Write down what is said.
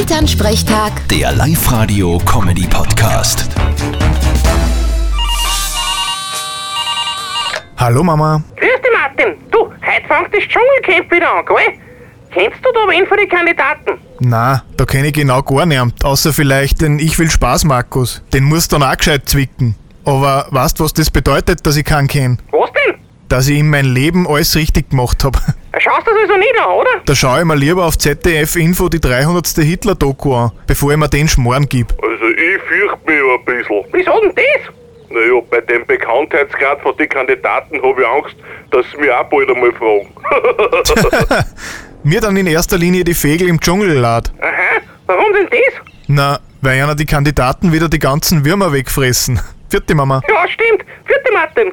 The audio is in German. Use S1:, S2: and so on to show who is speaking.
S1: Elternsprechtag,
S2: Der Live-Radio-Comedy-Podcast.
S3: Hallo Mama.
S4: Grüß dich, Martin. Du, heute fängt das Dschungelcamp wieder an, gell? Kennst du da wen von den Kandidaten?
S3: Na, da kenne ich genau gar niemand, außer vielleicht den Ich will Spaß Markus. Den musst du dann auch gescheit zwicken. Aber weißt was das bedeutet, dass ich keinen kenne?
S4: Was denn?
S3: Dass ich in meinem Leben alles richtig gemacht habe.
S4: Schaust du das also nicht an, oder?
S3: Da schaue ich mir lieber auf ZDF-Info die 300. Hitler-Doku an, bevor ich mir den Schmoren gib.
S5: Also ich fürchte mich ja ein bisschen.
S4: Wieso denn das?
S5: Naja, bei dem Bekanntheitsgrad von den Kandidaten habe ich Angst, dass sie mich auch bald einmal fragen.
S3: Mir dann in erster Linie die Fegel im Dschungel lad.
S4: Aha, warum denn das?
S3: Na, weil ja die Kandidaten wieder die ganzen Würmer wegfressen. Vierte Mama.
S4: Ja, stimmt. Vierte Martin.